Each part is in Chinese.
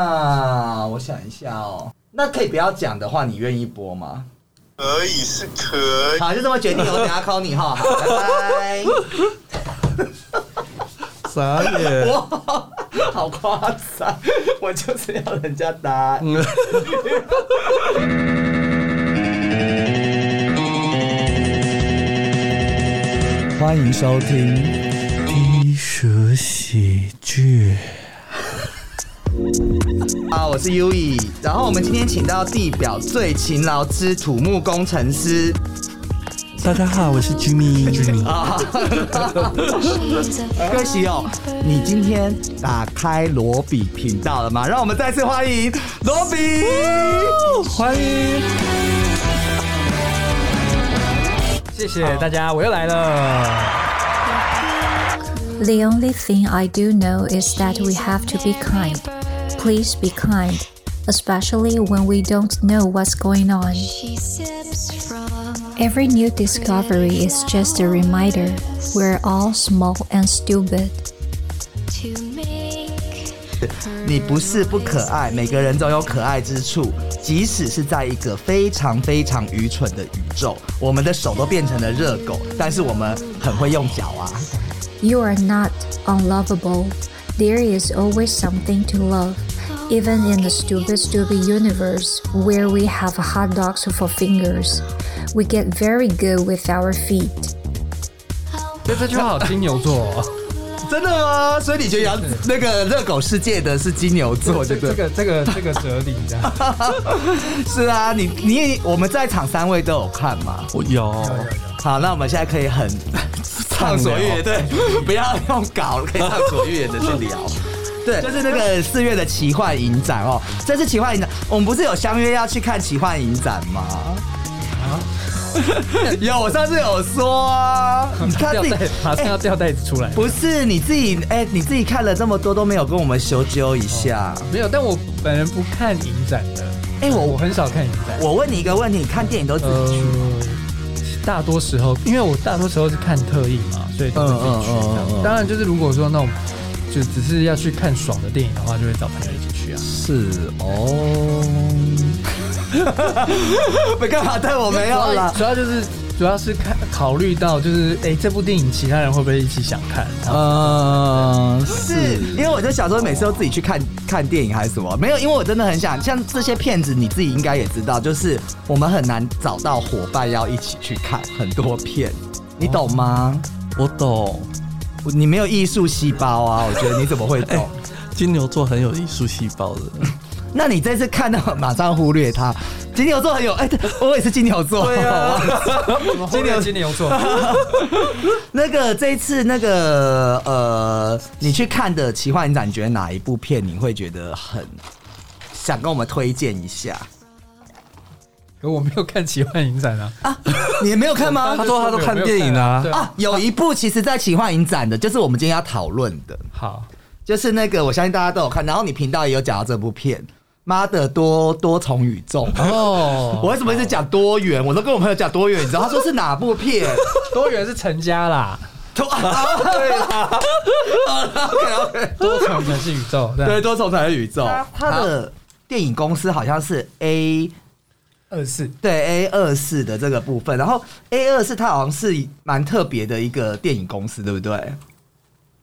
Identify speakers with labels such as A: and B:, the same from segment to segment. A: 啊，我想一下哦，那可以不要讲的话，你愿意播吗？
B: 可以是可以，
A: 好，就这么决定，我等下 call 你哈，好拜拜。
C: 傻 眼，
A: 哇，好夸张！我就是要人家答。
C: 嗯
A: 欢迎收听，
C: 低舌喜剧，
A: 啊，我是 U E，然后我们今天请到地表最勤劳之土木工程师
C: 大家好，我是 Jimmy，
A: 啊，恭喜哦！你今天打开罗比频道了吗？让我们再次欢迎罗比。
D: 欢迎。谢谢大家，我又来了。
E: The only thing I do know is that we have to be kind. Please be kind, especially when we don't know what's going on. Every new discovery is just a reminder we're all small and stupid.
A: 你不是不可爱，每个人都有可爱之处，即使是在一个非常非常愚蠢的宇宙，我们的手都变成了热狗，但是我们很会用脚啊。
E: You are not unlovable. There is always something to love. Even in the stupid, stupid universe where we have hot dogs for fingers, we get very good with our feet.
D: 所以这句话好金牛座、哦，
A: 真的吗？所以你觉得杨那个热狗世界的是金牛座，对
D: 这
A: 不对？
D: 这个这个这个哲理这样。
A: 是啊，你你也我们在场三位都有看嘛。
C: 我有，
A: 好，那我们现在可以 很畅所欲言，对， 不要用搞，可以畅所欲言的去聊。 对，就是那个四月的奇幻影展哦，这次奇幻影展，我们不是有相约要去看奇幻影展吗？啊 有，我上次有说 啊，你看
D: 吊
A: 自己
D: 带，，马上
A: 哎
D: 要吊带子出来。
A: 不是你自己，哎、你自己看了这么多都没有跟我们修纠一下。
D: 没有，但我本人不看影展的。
A: 哎我
D: 我很少看影展。
A: 我问你一个问题，你看电影都自己去吗？
D: 呃，大多时候，因为我大多时候是看特映嘛，所以都是自己去
A: 嗯嗯嗯
D: 这样
A: 嗯嗯
D: 当然，就是如果说那种就只是要去看爽的电影的话，就会找朋友一起去啊。
A: 是哦。 没干嘛对我没有
D: 主要
A: 了。
D: 主要就是主要是看考虑到就是哎、诶这部电影其他人会不会一起想看？然后
C: 呃，
A: 啊是因为我就想说，每次都自己去看看电影还是什么？没有，因为我真的很想像这些片子，你自己应该也知道，就是我们很难找到伙伴要一起去看很多片，你懂吗？
C: 我懂，
A: 我 你没有艺术细胞啊，我觉得你怎么会 懂？
C: 金牛座很有艺术细胞的，
A: 那你这次看到马上忽略它。金牛座很有哎、对我也是金牛座。
D: 今年今年有错，
A: 那个这一次那个呃，你去看的奇幻影展，你觉得哪一部片你会觉得很想跟我们推荐一下
D: 可 我没有看奇幻影展啊，
A: 啊？ 你也没有看吗
C: 他？说他都看电影啊
D: 我没有看对
A: 啊，有一部其实，在奇幻影展的，就是我们今天要讨论的，
D: 好，
A: 就是那个我相信大家都有看，然后你频道也有讲到这部片，《妈的多多重宇宙》。
D: 哦，
A: 我为什么一直讲多元？我都跟我朋友讲多元，你知道他说是哪部片？
D: 多元是成家 啦，
A: 多啊对啊，OK OK。
D: 多重才是宇宙，对
A: 对，多重才的宇宙。他的电影公司好像是 A
D: 二四
A: 对 A 二四的这个部分，然后 A 二四它好像是蛮特别的一个电影公司，对不对？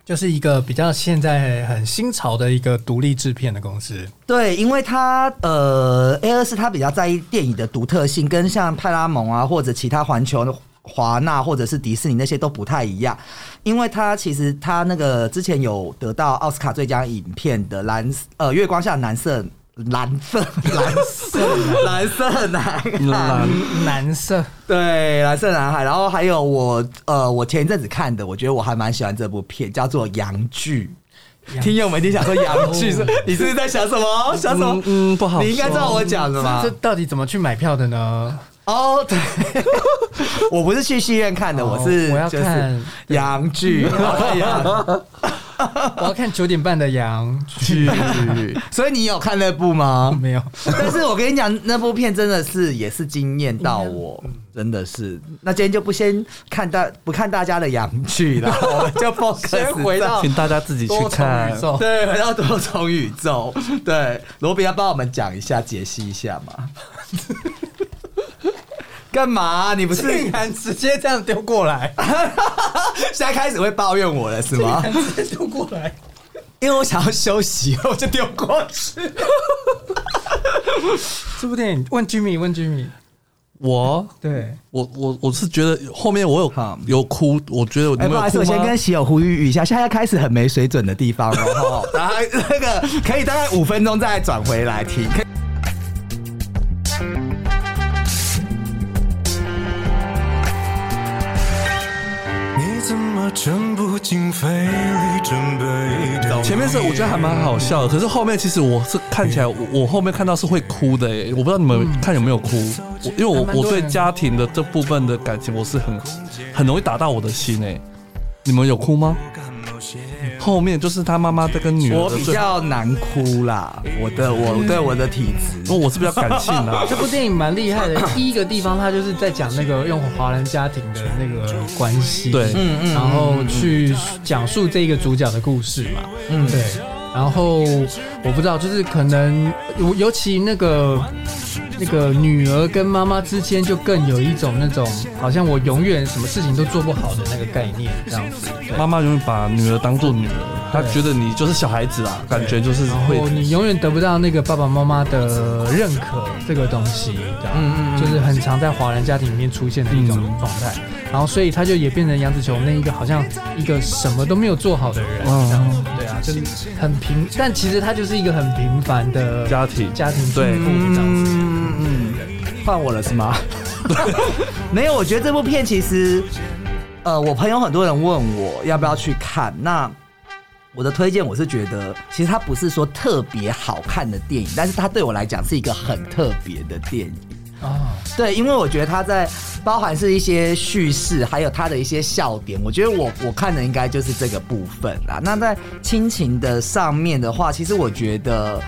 D: 就是一个比较现在很新潮的一个独立制片的公司，
A: 对，因为它呃 A 二四它比较在意电影的独特性，跟像派拉蒙啊或者其他环球。华纳或者是迪士尼那些都不太一样，因为它其实它那个之前有得到奥斯卡最佳影片的蓝呃月光下的蓝色蓝色蓝色蓝色男孩，
D: 嗯蓝色
A: 对，《蓝色男孩》，然后还有我呃，我前一阵子看的，我觉得我还蛮喜欢这部片，叫做《洋剧》。听友们，你想说洋剧
D: 哦
A: 是？你是不是在想什么？想什么？
C: 嗯嗯不好
A: 你应该知道我讲的吧
D: 这？到底怎么去买票的 呢？
A: 哦，对， 我不是去戏院看的，
D: 哦
A: 我是
D: 我要
A: 就是
D: 看
A: 洋剧。哎呀
D: 我要看九点半的羊
C: 去
D: 去，
A: 所以你有看那部吗？
D: 没有，
A: 但是我跟你讲，那部片真的是也是惊艳到我，
D: 嗯
A: 真的是。那今天就不先看大不看大家的洋剧 了，我们就 focus
D: 先回到
A: 在
C: 请大家自己去
D: 多重
C: 看
D: 宇。宙。
A: 对，回到多重宇宙。对，罗比要帮我们讲一下，解析一下 嘛？干嘛、你不是
D: 竟
A: 现
D: 然直接这样丢过来，
A: 在开始会抱怨我了是吗？
D: 直接丢过来，
A: 因为我想要休息，我就丢过去。
D: 这部电影问 Jimmy，问 Jimmy，
C: 我
D: 对，
C: 我我我是觉得后面我有
A: 好
C: 有哭，我觉得我你
A: 哎、
C: 们
A: 不
C: 有
A: 好意思，
C: 哭
A: 我先
C: 吗
A: 跟？喜友呼吁一下，现在开始很没水准的地方 了哈，然后那个可以大概五分钟再转回来听。可以
F: 你怎么全部经费力准备的？
C: 前面是我觉得还蛮好笑的，可是后面其实我是看起来我我后面看到是会哭的耶，我不知道你们看有没有哭，我因为我
D: 嗯还蛮
C: 我
D: 多
C: 对
D: 人，
C: 家庭的这部分的感情我是很很容易打到我的心哎，你们有哭吗？后面就是他妈妈在跟女儿
A: 我
C: 的
A: 比
C: 最后，
A: 较难哭啦，我的我对我的体质，
C: 我是比较感性啊
D: 这部电影蛮厉害的。第一个地方，它就是在讲那个用华人家庭的那个关系，
C: 对
A: 嗯嗯
D: 然后去讲述这个主角的故事嘛，
A: 嗯
D: 对。然后我不知道，就是可能尤尤其那个那个女儿跟妈妈之间，就更有一种那种好像我永远什么事情都做不好的那个概念这样子。对
C: 妈妈永远把女儿当做女儿，她
D: 对
C: 觉得你就是小孩子啦，感觉就是
D: 然
C: 会
D: 后哦你永远得不到那个爸爸妈妈的认可这个东西，这样，
A: 嗯嗯嗯
D: 就是很常在华人家庭里面出现的一种
C: 嗯
D: 状态。然后，所以他就也变成杨紫琼那一个好像一个什么都没有做好的人，
C: 嗯
D: 这样子，对啊，就是很平，但其实他就是一个很平凡的
C: 家庭
D: 家庭主
C: 对
D: 妇这样子。
A: 嗯嗯，换我了是 吗？没有，我觉得这部片其实，呃，我朋友很多人问我要不要去看，那我的推荐我是觉得，其实它不是说特别好看的电影，但是它对我来讲是一个很特别的电影。
C: 哦
D: 啊，
A: 对，因为我觉得它在包含是一些叙事，还有它的一些笑点。我觉得我我看的应该就是这个部分啦。那在亲情的上面的话，其实我觉得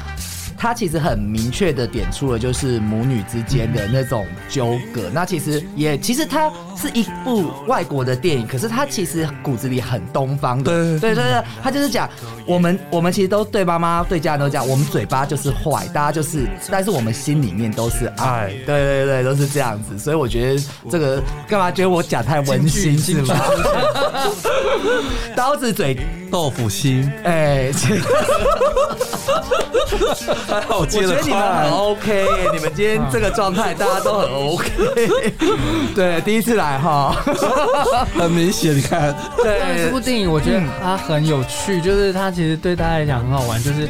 A: 它其实很明确的点出了就是母女之间的那种纠葛。那其实也其实它是一部外国的电影，可是它其实骨子里很东方的。
C: 对
A: 对对对，他就是讲我们我们其实都对妈妈对家人都讲，我们嘴巴就是坏，大家就是，但是我们心里面都是爱，
C: 爱
A: 对对对，都是这样子。所以我觉得这个干嘛觉得我讲太温馨是吗？刀子嘴，
C: 豆腐心，
A: 哎、这个
C: 还好
A: 我觉得你们很 OK，耶你们今天这个状态大家都很 OK，对，第一次来哈，
C: 很明显，你看，
D: 但是这
A: 对
D: 部。电影我觉得它很有趣，就是它其实对大家来讲很好玩，就是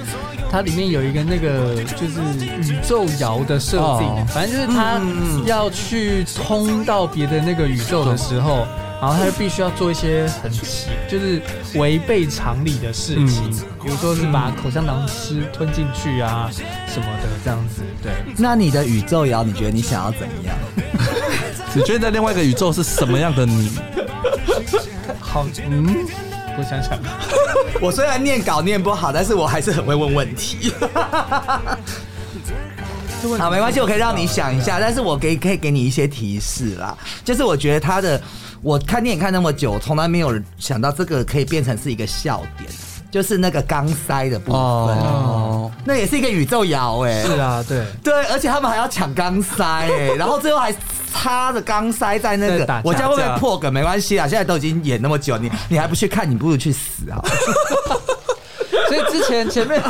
D: 它里面有一个那个就是宇宙摇的设定，
C: 哦
D: 反正就是它要去通到别的那个宇宙的时候。然后他就必须要做一些很奇，就是违背常理的事情，比如说是把口香糖吃吞进去啊什么的，这样子。对，
A: 那你的宇宙摇，你觉得你想要怎么样？
C: 你觉得在另外一个宇宙是什么样的你？
D: 好，嗯，我想想，
A: 我虽然念稿念不好，但是我还是很会问问题。 好，没关系，我可以让你想一下，但是我给可以给你一些提示啦。就是我觉得他的，我看电影看那么久，从来没有想到这个可以变成是一个笑点，就是那个钢塞的部分，
C: 哦，
A: 那也是一个宇宙摇哎、
D: 是啊，对，
A: 对，而且他们还要抢钢塞哎、 然后最后还插着钢塞在那
D: 在
A: 个
D: 打，
A: 我这样会
D: 架
A: 不
D: 架
A: 会破梗？没关系啊，现在都已经演那么久，你你还不去看，你不如去死啊！
D: 所以之前前面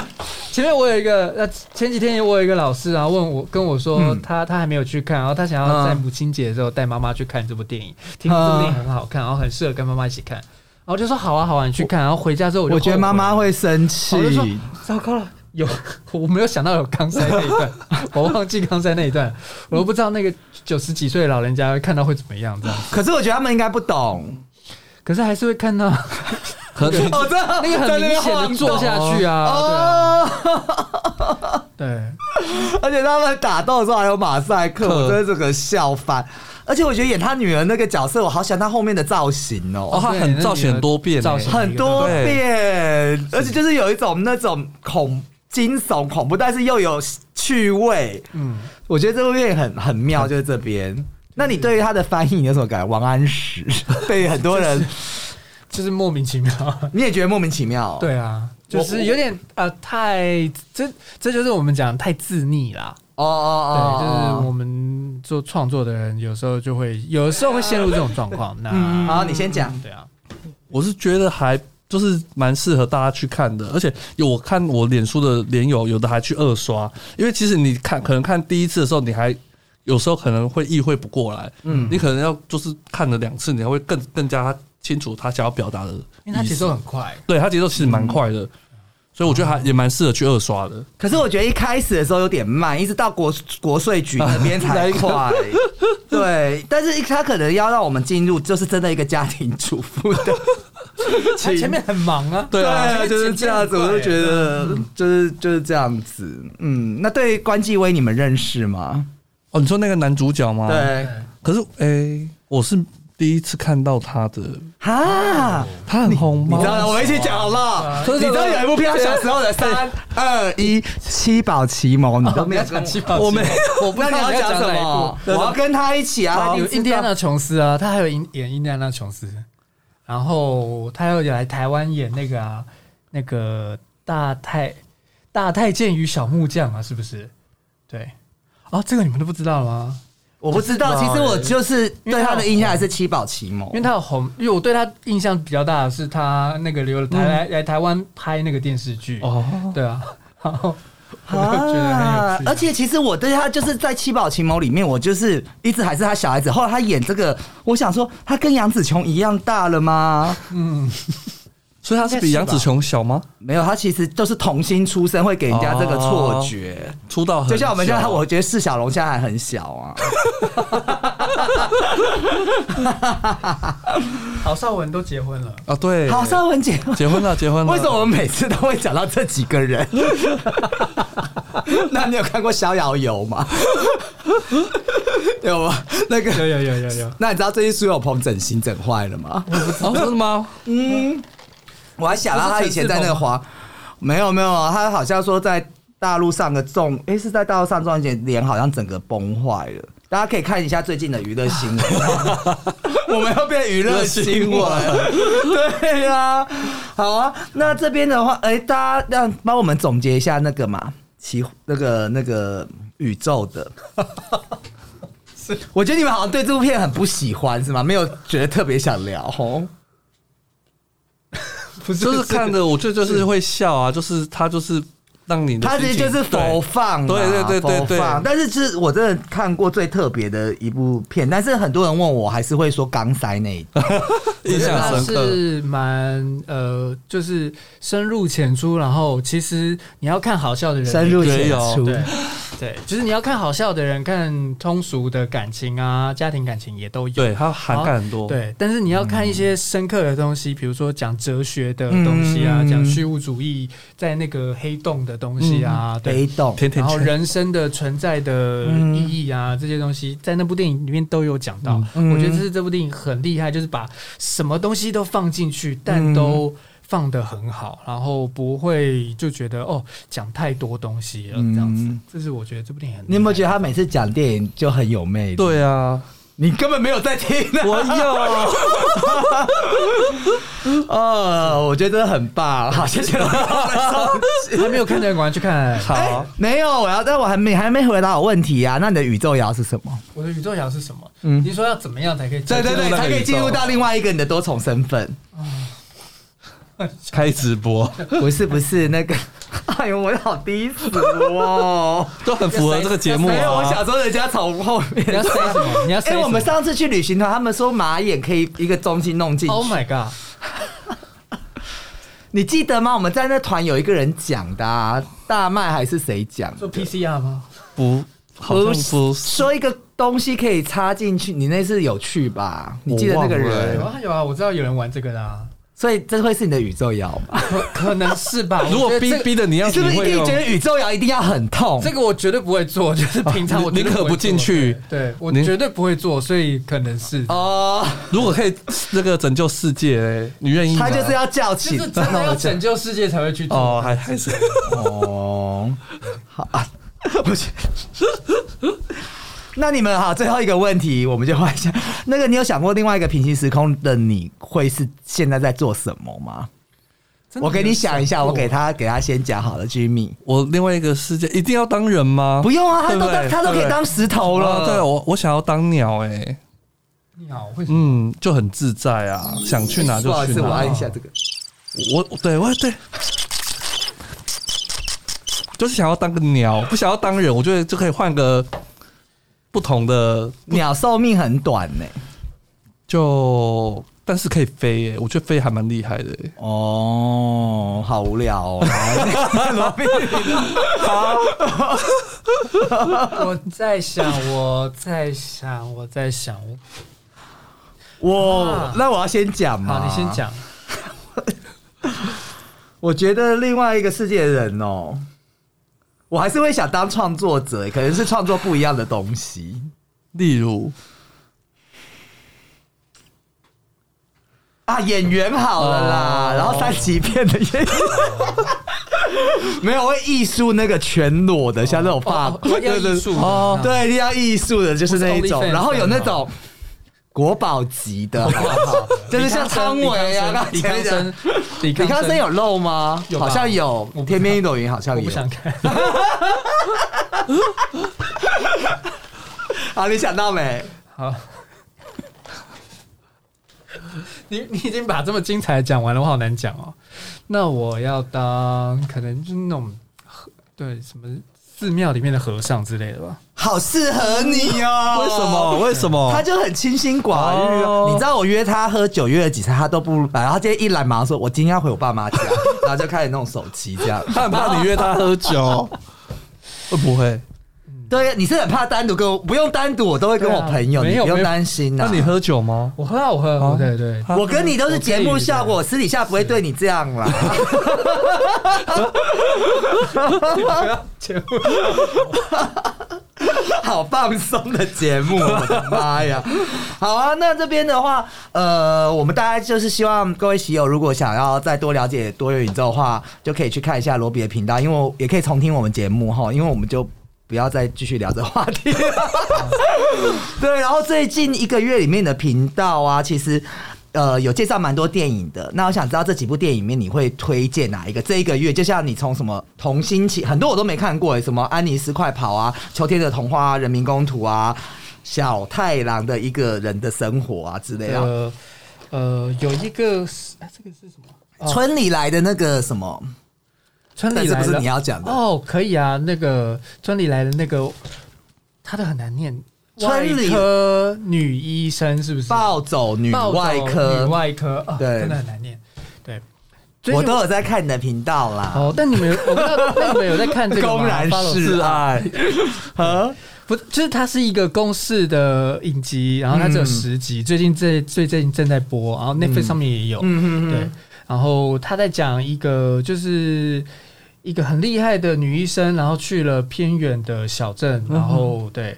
D: 前面我有一个呃前几天我有一个老师啊问我跟我说他他还没有去看，然后他想要在
A: 嗯
D: 母亲节的时候带妈妈去看这部电影，听说这部电影很好看，然后很适合跟妈妈一起看，然后我就说好啊好啊你去看，然后回家之后我就
A: 我觉得妈妈会生气
D: 我就说糟糕了。有，我没有想到有刚塞那一段，我忘记刚塞那一段，我都不知道那个九十几岁的老人家看到会怎么样这样，
A: 可是我觉得他们应该不懂。
D: 可是还是会看到
C: 可 能
A: 哦，这
D: 那个很明显的坐下去
A: 啊
D: 啊，
A: 哦，
D: 对啊，对，
A: 而且他们打斗的时候还有马赛克，
C: 克
A: 我真的这个笑翻。而且我觉得演他女儿那个角色，我好想他后面的造型哦。
C: 哦，他
D: 对
C: 很
D: 那
C: 造型
D: 女儿
C: 很多变欸，
D: 造型
A: 很多
C: 对
A: 遍，而且就是有一种那种恐惊悚恐怖，但是又有趣味。嗯，我觉得这部电影很很妙，就是这边。那你对于他的翻译你有什么感觉？王安 石被很多人，
D: 就是莫名其妙。
A: 你也觉得莫名其妙。，
D: 对啊，就是有点呃太这这就是我们讲太自溺啦。
A: 哦
D: 对，就是
A: 哦
D: 我们做创作的人，有时候就会有的时候会陷入这种状 况。
A: 哦，
D: 那
A: 好，你先讲。
D: 对啊，
C: 我是觉得还就是蛮适合大家去看的，而且有我看我脸书的脸友有的还去二刷，因为其实你看可能看第一次的时候你还。有时候可能会意会不过来，嗯，你可能要就是看了两次，你才会更更加清楚他想要表达的意思。
D: 因为他节奏很快，嗯
C: 对他节奏其实蛮快的，所以我觉得还也蛮适合去二刷的。
A: 可是我觉得一开始的时候有点慢，一直到国国税局那边 才快。对，但是他可能要让我们进入，就是真的一个家庭主妇的
D: 他前面很忙啊。
C: 对啊
A: 对，就是这样子，我就觉得就是就是这样子。嗯，那对关继威你们认识吗？
C: 哦，你说那个男主角吗？。
A: 对，
C: 可是，诶、我是第一次看到他的，
A: 哈，
C: 他很红
A: 啊你
C: 吗？
A: 知道的，哦我们一起讲好不好？
C: 真
A: 你
C: 的
A: 知道有一部片叫《小时候的三二一七宝奇谋》，你都没有 跟我。
D: 我没，我不
A: 那
D: 知
A: 你要
D: 道你要
A: 讲什
D: 哪一
A: 么
D: 部？
A: 我要跟他一起啊！
D: 有
A: 你
D: 印
A: 知
D: 第安
A: 道
D: 纳琼斯啊，他还有演演印第安纳琼斯，然后他又来台湾演那个啊，那个大太大太监与小木匠啊，是不是？对，啊，这个你们都不知道吗？
A: 我不知道，其实我就是对他的印象还是七宝奇谋
D: 因为，他有红，因为我对他印象比较大的是他那个留台来、来台湾拍那个电视剧，
C: 哦，
D: 对啊， 然后我就觉得很有
A: 啊
D: 趣。！
A: 而且其实我对他就是在《七宝奇谋》里面，我就是一直还是他小孩子。后来他演这个，我想说他跟杨紫琼一样大了吗？
C: 所以他是比杨紫琼小吗？
A: 没有，他其实就是童星出身，会给人家这个错觉。
C: 出道哦很
A: 就像我们现在，
C: 小
A: 我觉得释小龙现在还很小啊。
D: 郝邵文都结婚了，
C: 啊，对，
A: 好，邵文姐，
C: 结婚了， 结婚了。
A: 为什么我们每次都会讲到这几个人？那你有看过《逍遥游》吗？有吗？那个，
D: 有有有有有，
A: 那你知道最近苏有朋整形整坏了吗？
C: 哦，真的 吗？
A: 我还想到他以前在那个华，没有没有，啊他好像说在大陆上的综，诶、是在大陆上综艺节脸好像整个崩坏了。大家可以看一下最近的娱乐新闻，我们要变娱乐新闻，对啊，好啊。那这边的话，诶，大家让帮我们总结一下那个嘛，奇那个那个宇宙的。我觉得你们好像对这部片很不喜欢是吗？没有觉得特别想聊哦。
D: 不是
C: 就是看着，我觉得就是会笑啊，就是他就是让你的
A: 他其实
C: 心情
A: 就是佛
C: 对
A: 放啊，
C: 对对对对
A: 佛放
C: 对
A: 但是是我真的看过最特别的一部片，但是很多人问我，还是会说钢塞那 一段。
C: 印象
D: 他
C: 深刻。
D: 是蛮呃，就是深入浅出，然后其实你要看好笑的人也，
A: 深入
C: 对
A: 浅
C: 有
A: 出。
D: 对对，就是你要看好笑的人，看通俗的感情啊，家庭感情也都有。
C: 对，他涵盖很多。，
D: 对，但是你要看一些深刻的东西，比如说讲哲学的东西啊，
A: 嗯
D: 讲虚无主义在那个黑洞的东西
A: 嗯
D: 啊，
A: 黑
D: 对，
A: 洞，
C: 甜甜
D: 然后
C: 圈
D: 人生的存在的意义啊，这些东西在那部电影里面都有讲到。
A: 嗯
D: 我觉得这是这部电影很厉害，就是把什么东西都放进去，但
A: 嗯
D: 都放得很好，然后不会就觉得哦讲太多东西了这样子。
A: 嗯
D: 这是我觉得这部电影很
A: 你有没有觉
D: 得
A: 得他每次讲电影就很有魅力？，
C: 对啊，
A: 你根本没有在听、啊。
C: 我有。
A: 呃，我觉得很棒，好，谢谢老师。
D: 还没有看的人赶快去看。
C: 好，
A: 没有，我要，但我还没还没回答我问题啊。那你的宇宙摇是什么？
D: 我的宇宙摇是什么？
A: 嗯
D: 你说要怎么样才可以？
A: 对对对，才可以进入到另外一个你的多重身份。
C: 开直播
A: 不是不是那个， 哎呦，我好低俗哦。
C: 都很符合这个节目
A: 没有，我
C: 啊。
A: 想说人家从后面
D: 你要塞什 么？你要塞
A: 哎、
D: 什么？
A: 我们上次去旅行团，他们说马眼可以一个中心弄进去
D: Oh my god！
A: 你记得吗？我们在那团有一个人讲的、啊，大麦还是谁讲的
D: 做？PCR 吗？
C: 不，好像不是。
A: 说一个东西可以插进去，你那次有去吧？你记得那个
C: 我忘
A: 人
D: 有啊有啊，我知道有人玩这个的啊。
A: 所以这会是你的宇宙摇吗？
D: 可可能是 吧。
C: 如
D: 我觉
C: 果
D: 得
C: 逼
D: 这
C: 逼的你要
A: 你是
C: 死，
A: 不是一
C: 会
A: 定
C: 用
A: 觉得宇宙摇一定要很痛？
D: 这个我绝对不会做，就是平常
A: 哦
D: 我
C: 你
D: 绝对
C: 你可
D: 会
C: 不进
D: 做
C: 去
D: 对我
C: 你
D: 绝对不会做，所以可能是
A: 哦，
C: 如果可以那个拯救世界、欸，你愿意吗？
A: 他就是要叫
D: 就
A: 起，
D: 是真 的要拯救世界才会去做。
C: 哦，还还是
A: 哦，好啊，不行。那你们好，最后一个问题，我们就换一下。那个，你有想过另外一个平行时空的你会是现在在做什么吗？
D: 真 的
A: 我给你想一下，
D: 没
A: 我
D: 有
A: 给
D: 想过
A: 他给他先讲好了，Jimmy。
C: 我另外一个世界一定要当人吗？
A: 不用啊，他
C: 对不
A: 都
C: 对
A: 当他都可以当石头
C: 哦
A: 了。
C: 对我我想要当鸟哎、
D: 你好，为什么？
C: 嗯，就很自在啊，想去哪就
A: 嗯不好意
C: 去哪。
A: 思，我按一下这个。
C: 我对我对，就是想要当个鸟，不想要当人，我觉得就可以换个不同的，
A: 鸟寿命很短呢、
C: 就但是可以飞欸耶、我觉得飞还蛮厉害的、欸。
A: 哦，好无聊哦。
D: 我在想，我在想，我在想。
A: 我那我要先讲嘛。
D: 好，你先。 讲。
A: 我觉得另外一个世界的人哦，我还是会想当创作者，可能是创作不一样的东西
C: 例如，
A: 啊。演员好了啦，
C: 哦
A: 然后三级片的演员。 没有，会艺术那个全裸的，像那种发，
D: 哦哦要艺术的
A: 哦，
D: 嗯
A: 对，要艺术的，就是那一种，
D: 不是 OnlyFans
A: 然后有那种国宝级的，
D: 哦
A: 好不好就是像汤唯啊，刚才
D: 李康生，李
A: 李
D: 康生，
A: 康生有露吗？
D: 有吧
A: 好像有
D: 我不知，道
A: 天边一朵云好像
D: 我
A: 有。
D: 不想看。
A: 好，啊你想到没？
D: 好， 你你已经把这么精彩的讲完了，我好难讲哦。那我要当可能就是那种和对什么寺庙里面的和尚之类的吧。
A: 好适合你哦。
C: 嗯为什么？？为什么？
A: 他就很清心寡欲啊！
C: 哦
A: 你知道我约他喝酒约了几次，他都不来。然后今天一来，马上说：“我今天要回我爸妈家。” 然后就开始弄手机这样。
C: 他很怕你约他 喝酒，会不会？
A: 对，你是很怕单独跟我，不用单独，我都会跟我
D: 对啊
A: 朋友，
D: 没
A: 你
D: 有
A: 不
D: 没
A: 用
D: 有
A: 担心呐、
C: 那你喝酒吗？
D: 我喝啊，我喝啊，
C: 哦
D: 对对。
A: 我跟你都是节目效果，
D: 我
A: 我私底下不会对你这样啦。
D: 节目
A: 好放松的节目，我的妈呀！好啊，那这边的话，呃，我们大家就是希望各位喜友，如果想要再多了解多元宇宙的话，就可以去看一下罗比的频道，因为我也可以重听我们节目哈，因为我们就。不要再继续聊这话题。对，然后最近一个月里面的频道啊，其实呃有介绍蛮多电影的。那我想知道这几部电影里面你会推荐哪一个？这一个月就像你从什么童星起，很多我都没看过耶，什么《安妮斯快跑》啊，《秋天的童话》啊，《人民公图》啊，《小太郎的一个人的生活》啊之类的啊。
D: 呃呃，有一个是哎这个是什么？哦
A: 村里来的那个什么，
D: 村
A: 但
D: 里
A: 这不
D: 来
A: 是
D: 了
A: 你要讲的。
D: 哦，可以啊。那个村里来的那个，他的很难念。
A: 村里
D: 外科女医生是不是？
A: 暴走女
D: 暴走
A: 外科，
D: 女外科啊，
A: 对
D: 真的很难念。对，最
A: 我
D: 近
A: 都有在看你的频道啦。
D: 哦，但你们有，我不知道，但你们有在看这个吗？
A: 公然
D: Follow
A: 示爱， 啊
D: 不是，就是它是一个公式的影集，然后它只有
A: 嗯
D: 十集，最近这最近正在播，然后 Netflix 上面也有，
A: 嗯嗯嗯
D: 对，然后他在讲一个就是。一个很厉害的女医生，然后去了偏远的小镇，然后
A: 嗯
D: 对，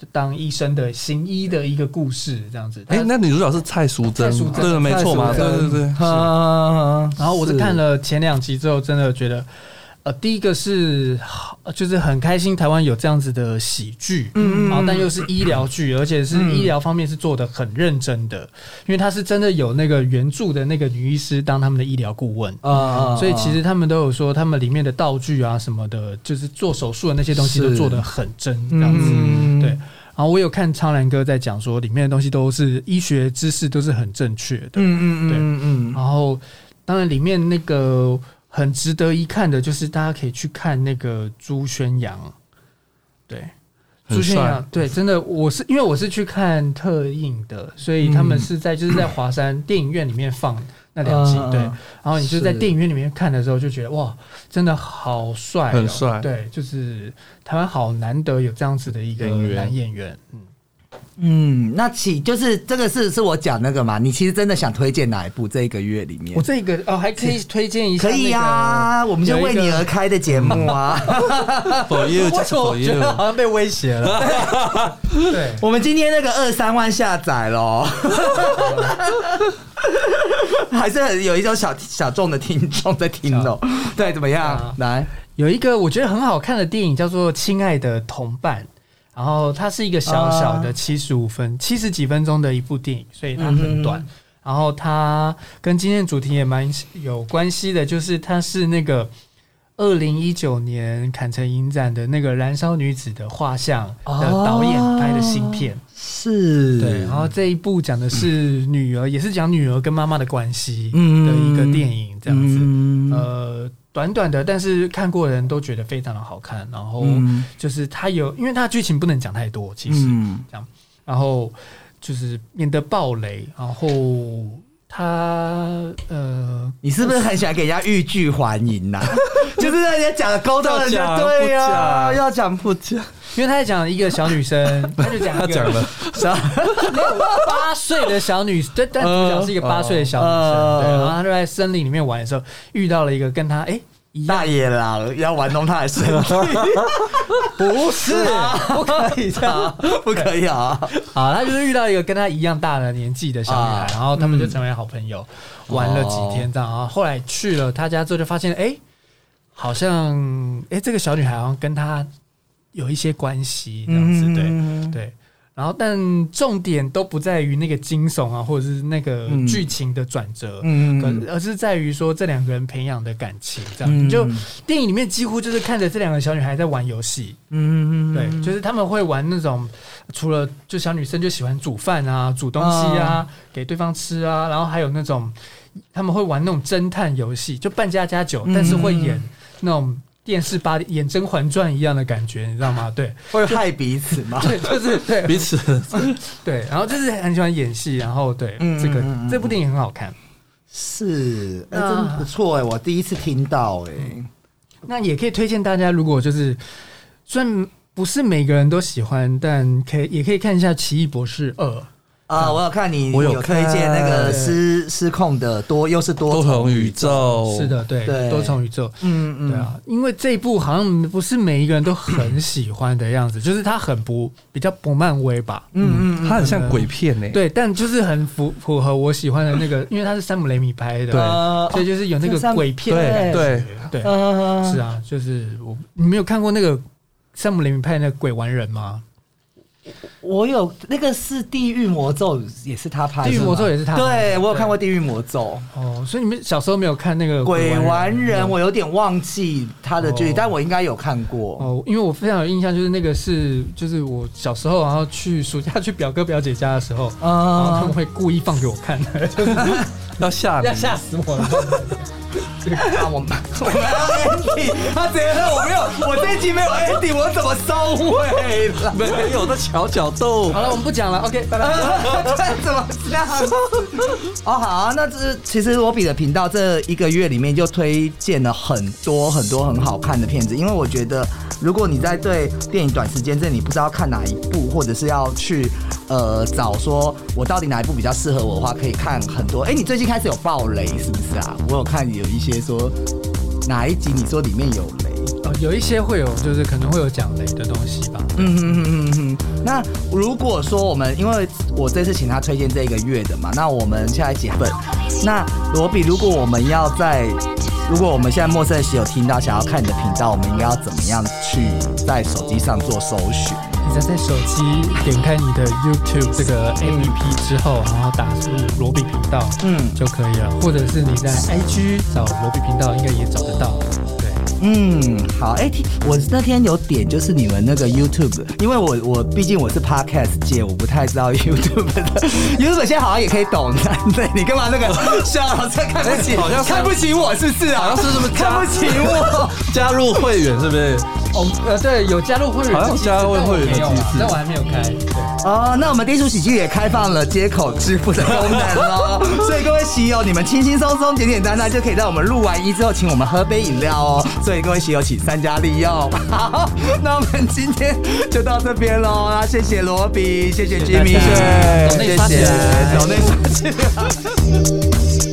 D: 就当医生的行医的一个故事，这样子。
C: 哎、
D: 它
C: 那女主角是蔡淑
D: 蔡
C: 珍
D: 淑
C: 吗，
D: 珍
C: 对的，没错嘛，
A: 蔡淑
C: 对
A: 珍
C: 对 对。
A: 啊
D: 然后我是
A: 是
D: 看了前两集之后，真的觉得，呃，第一个是好，就是很开心台湾有这样子的喜剧，
A: 嗯嗯嗯嗯
D: 然后但又是医疗剧，而且是医疗方面是做的很认真的，因为他是真的有那个原著的那个女医师当他们的医疗顾问。
A: 啊
D: 所以其实他们都有说，他们里面的道具啊什么的，就是做手术的那些东西都
A: 是
D: 做的很真，这样子。
A: 嗯
D: 对，然后我有看苍兰哥在讲说，里面的东西都是医学知识都是很正确的。
A: 嗯
D: 对
A: 嗯嗯
D: 然后，当然里面那个很值得一看的，就是大家可以去看那个朱宣阳，对，
C: 很
D: 朱宣
C: 帅
D: 阳，对，真的，我是因为我是去看特映的，所以
A: 嗯
D: 他们是在、就是在华山电影院里面放那两集，
A: 嗯
D: 对，
A: 嗯
D: 然后你就在
A: 是
D: 电影院里面看的时候就觉得哇，真的好帅、哦，
C: 很帅
D: 对，就是台湾好难得有这样子的一个
C: 演员
D: 男演员，嗯，
A: 嗯，那其就是这个是是我讲那个嘛，你其实真的想推荐哪一部？这一个月里面
D: 我这个哦，还可以推荐一下、
A: 可
D: 那个。
A: 以呀、啊，我们就为你而开的节目啊。
C: For you,
D: 我
C: just
D: 我
C: for
D: 觉
C: you
D: 得。好像被威胁了。 对，
A: 我们今天那个二三万下载 喽，还是很有一种小小众的听众在听哦。对，怎么样
D: 啊？
A: 来，
D: 有一个我觉得很好看的电影叫做《亲爱的同伴》，然后它是一个小小的七十五分、七十几分钟的一部电影，所以它很短。然后它跟今天的主题也蛮有关系的，就是它是那个二零一九年坎城影展的那个《燃烧女子的画像》的导演拍的新片。
A: 是，
D: 对，然后这一部讲的是女儿，也是讲女儿跟妈妈的关系的一个电影，这样子。
A: 嗯
D: 呃，短短的，但是看过的人都觉得非常的好看。然后
A: 嗯
D: 就是它有，因为它的剧情不能讲太多，其实、
A: 嗯
D: 这样，然后就是免得暴雷。然后它呃，
A: 你是不是很喜欢给人家欲拒还迎 呐、就是人家讲勾到人家，
C: 要讲
A: 对呀、
C: 不讲
A: 要讲不讲？
D: 因为它在讲一个小女生，她就讲
C: 他
D: 一
C: 讲
D: 个
C: 了，
D: 小 呃没有八岁的小女，但但主角是一个八岁的小女
A: 呃
D: 生，对，
A: 呃
D: 然后她就在森林里面玩的时候，遇到了一个跟她哎。一样
A: 大野狼要玩弄他的身 体，啊
D: 不是，不可以这样。
A: 不可以啊！
D: 啊，他就是遇到一个跟他一样大的年纪的小女孩
A: 啊，嗯
D: 然后他们就成为好朋友，玩了几天这样啊。
A: 哦
D: 然后后来去了他家之后，就发现哎、诶好像哎、诶这个小女孩好像跟他有一些关系这样子，
A: 嗯
D: 对对。然后，但重点都不在于那个惊悚啊，或者是那个
A: 嗯
D: 剧情的转折，
A: 嗯
D: 嗯，而是在于说这两个人培养的感情，这样、
A: 嗯
D: 就电影里面几乎就是看着这两个小女孩在玩游戏，
A: 嗯，
D: 对，就是他们会玩那种，除了就小女生就喜欢煮饭啊、煮东西啊、给对方吃啊，然后还有那种他们会玩那种侦探游戏，就扮家家
A: 嗯
D: 酒，但是会演那种电视八演《甄嬛传》一样的感觉，你知道吗？ 对，
A: 会害彼此嘛？
D: 对，就是对
C: 彼此
D: 对，然后就是很喜欢演戏，然后对
A: 嗯
D: 这个
A: 嗯嗯嗯
D: 这部电影很好看，
A: 是，哎、
D: 那
A: 真的不错哎、我第一次听到哎、
D: 那也可以推荐大家，如果就是虽然不是每个人都喜欢，但可以也可以看一下《奇异博士二》。
A: 啊，我有看你，
C: 我有
A: 有推荐那个失失控的多，又是多
C: 多重宇，宙
D: 是，的，对，
A: 对
D: 多重宇宙，
A: 嗯嗯，
D: 对啊，因为这一部好像不是每一个人都很喜欢的样子，就是它很不比较不漫威吧，
A: 嗯嗯
C: 他很像鬼片欸呢。
D: 嗯对，但就是很符符合我喜欢的那个，因为它是山姆雷米拍的，
C: 对
A: 呃
D: 所以就是有那
A: 哦这
D: 个
A: 山姆
D: 鬼片
C: 对
D: 的感觉，
C: 对，
D: 对对，
A: 嗯，
D: 是啊，就是我你没有看过那个山姆雷米拍的那个鬼玩人吗？
A: 我有那个是《地狱魔咒》，也是他拍的，
D: 地狱魔咒也是他拍的
A: 对
D: 对
A: 我有看过《地狱魔咒
D: 哦，所以你们小时候没有看那个》，
A: 鬼玩
D: 人
A: 人，我有点忘记他的剧，
D: 哦
A: 但我应该有看过。
D: 哦，因为我非常有印象，就是那个是，就是我小时候，然后去暑假去表哥表姐家的时候，然
A: 嗯
D: 后他们会故意放给我看， 就是
C: 要吓你
D: 要，吓死我了。
A: 啊，我们 我们要 Andy，他直接说我没有，我这一集没有 Andy，我怎么收尾了？
C: 没有在小角豆
D: 好，了，我们不讲了，OK，拜拜。
A: 这怎么这样？哦，好啊，那这其实我比的频道这一个月里面就推荐了很多很多很好看的片子，因为我觉得如果你在对电影短时间之内你不知道看哪一部，或者是要去呃找说我到底哪一部比较适合我的话，可以看很多。哎、你最近开始有爆雷是不是啊？我有看有一些说哪一集你说里面有雷。
D: 哦有一些会有，就是可能会有讲雷的东西吧。
A: 嗯哼哼哼哼，那如果说我们，因为我这次请他推荐这个月的嘛，那我们下一集本，那罗比，如果我们要在，如果我们现在陌生人有听到想要看你的频道，我们应该要怎么样去在手机上做搜寻？
D: 你在在手机点开你的 YouTube 这个 APP 之后，然后打出罗比频道，
A: 嗯
D: 就可以了，或者是你在 IG 找罗比频道，应该也找得到。对，
A: 嗯，好，哎、听我那天有点就是你们那个 YouTube，因为我我毕竟我是 Podcast 界，我不太知道 YouTube 的 YouTube 现在好像也可以懂 的，对你干嘛那个笑老师看不起，
C: 哎好像是
A: 看不起我是不是啊？
C: 好像是什么加
A: 看不起我？
C: 加入会员是不是？
D: 哦，呃，对，有加入会员
C: 好
D: 的
C: 像
D: 机制，
C: 加入
D: 但我
C: 会员的
D: 没有
C: 机
D: 啦
C: 制
D: 但我还没有开。对
A: 哦，那我们低俗喜剧也开放了接口支付的功能哦，所以各位喜友，你们轻轻松松、简简单单就可以在我们录完一之后，请我们喝杯饮料哦。所以各位喜友，请三家利用。好，那我们今天就到这边喽，那谢谢罗比，谢谢 Jimmy，
D: 谢谢大家
A: 谢谢，
D: 抖内发起
A: 抖
D: 来
A: 内发起来。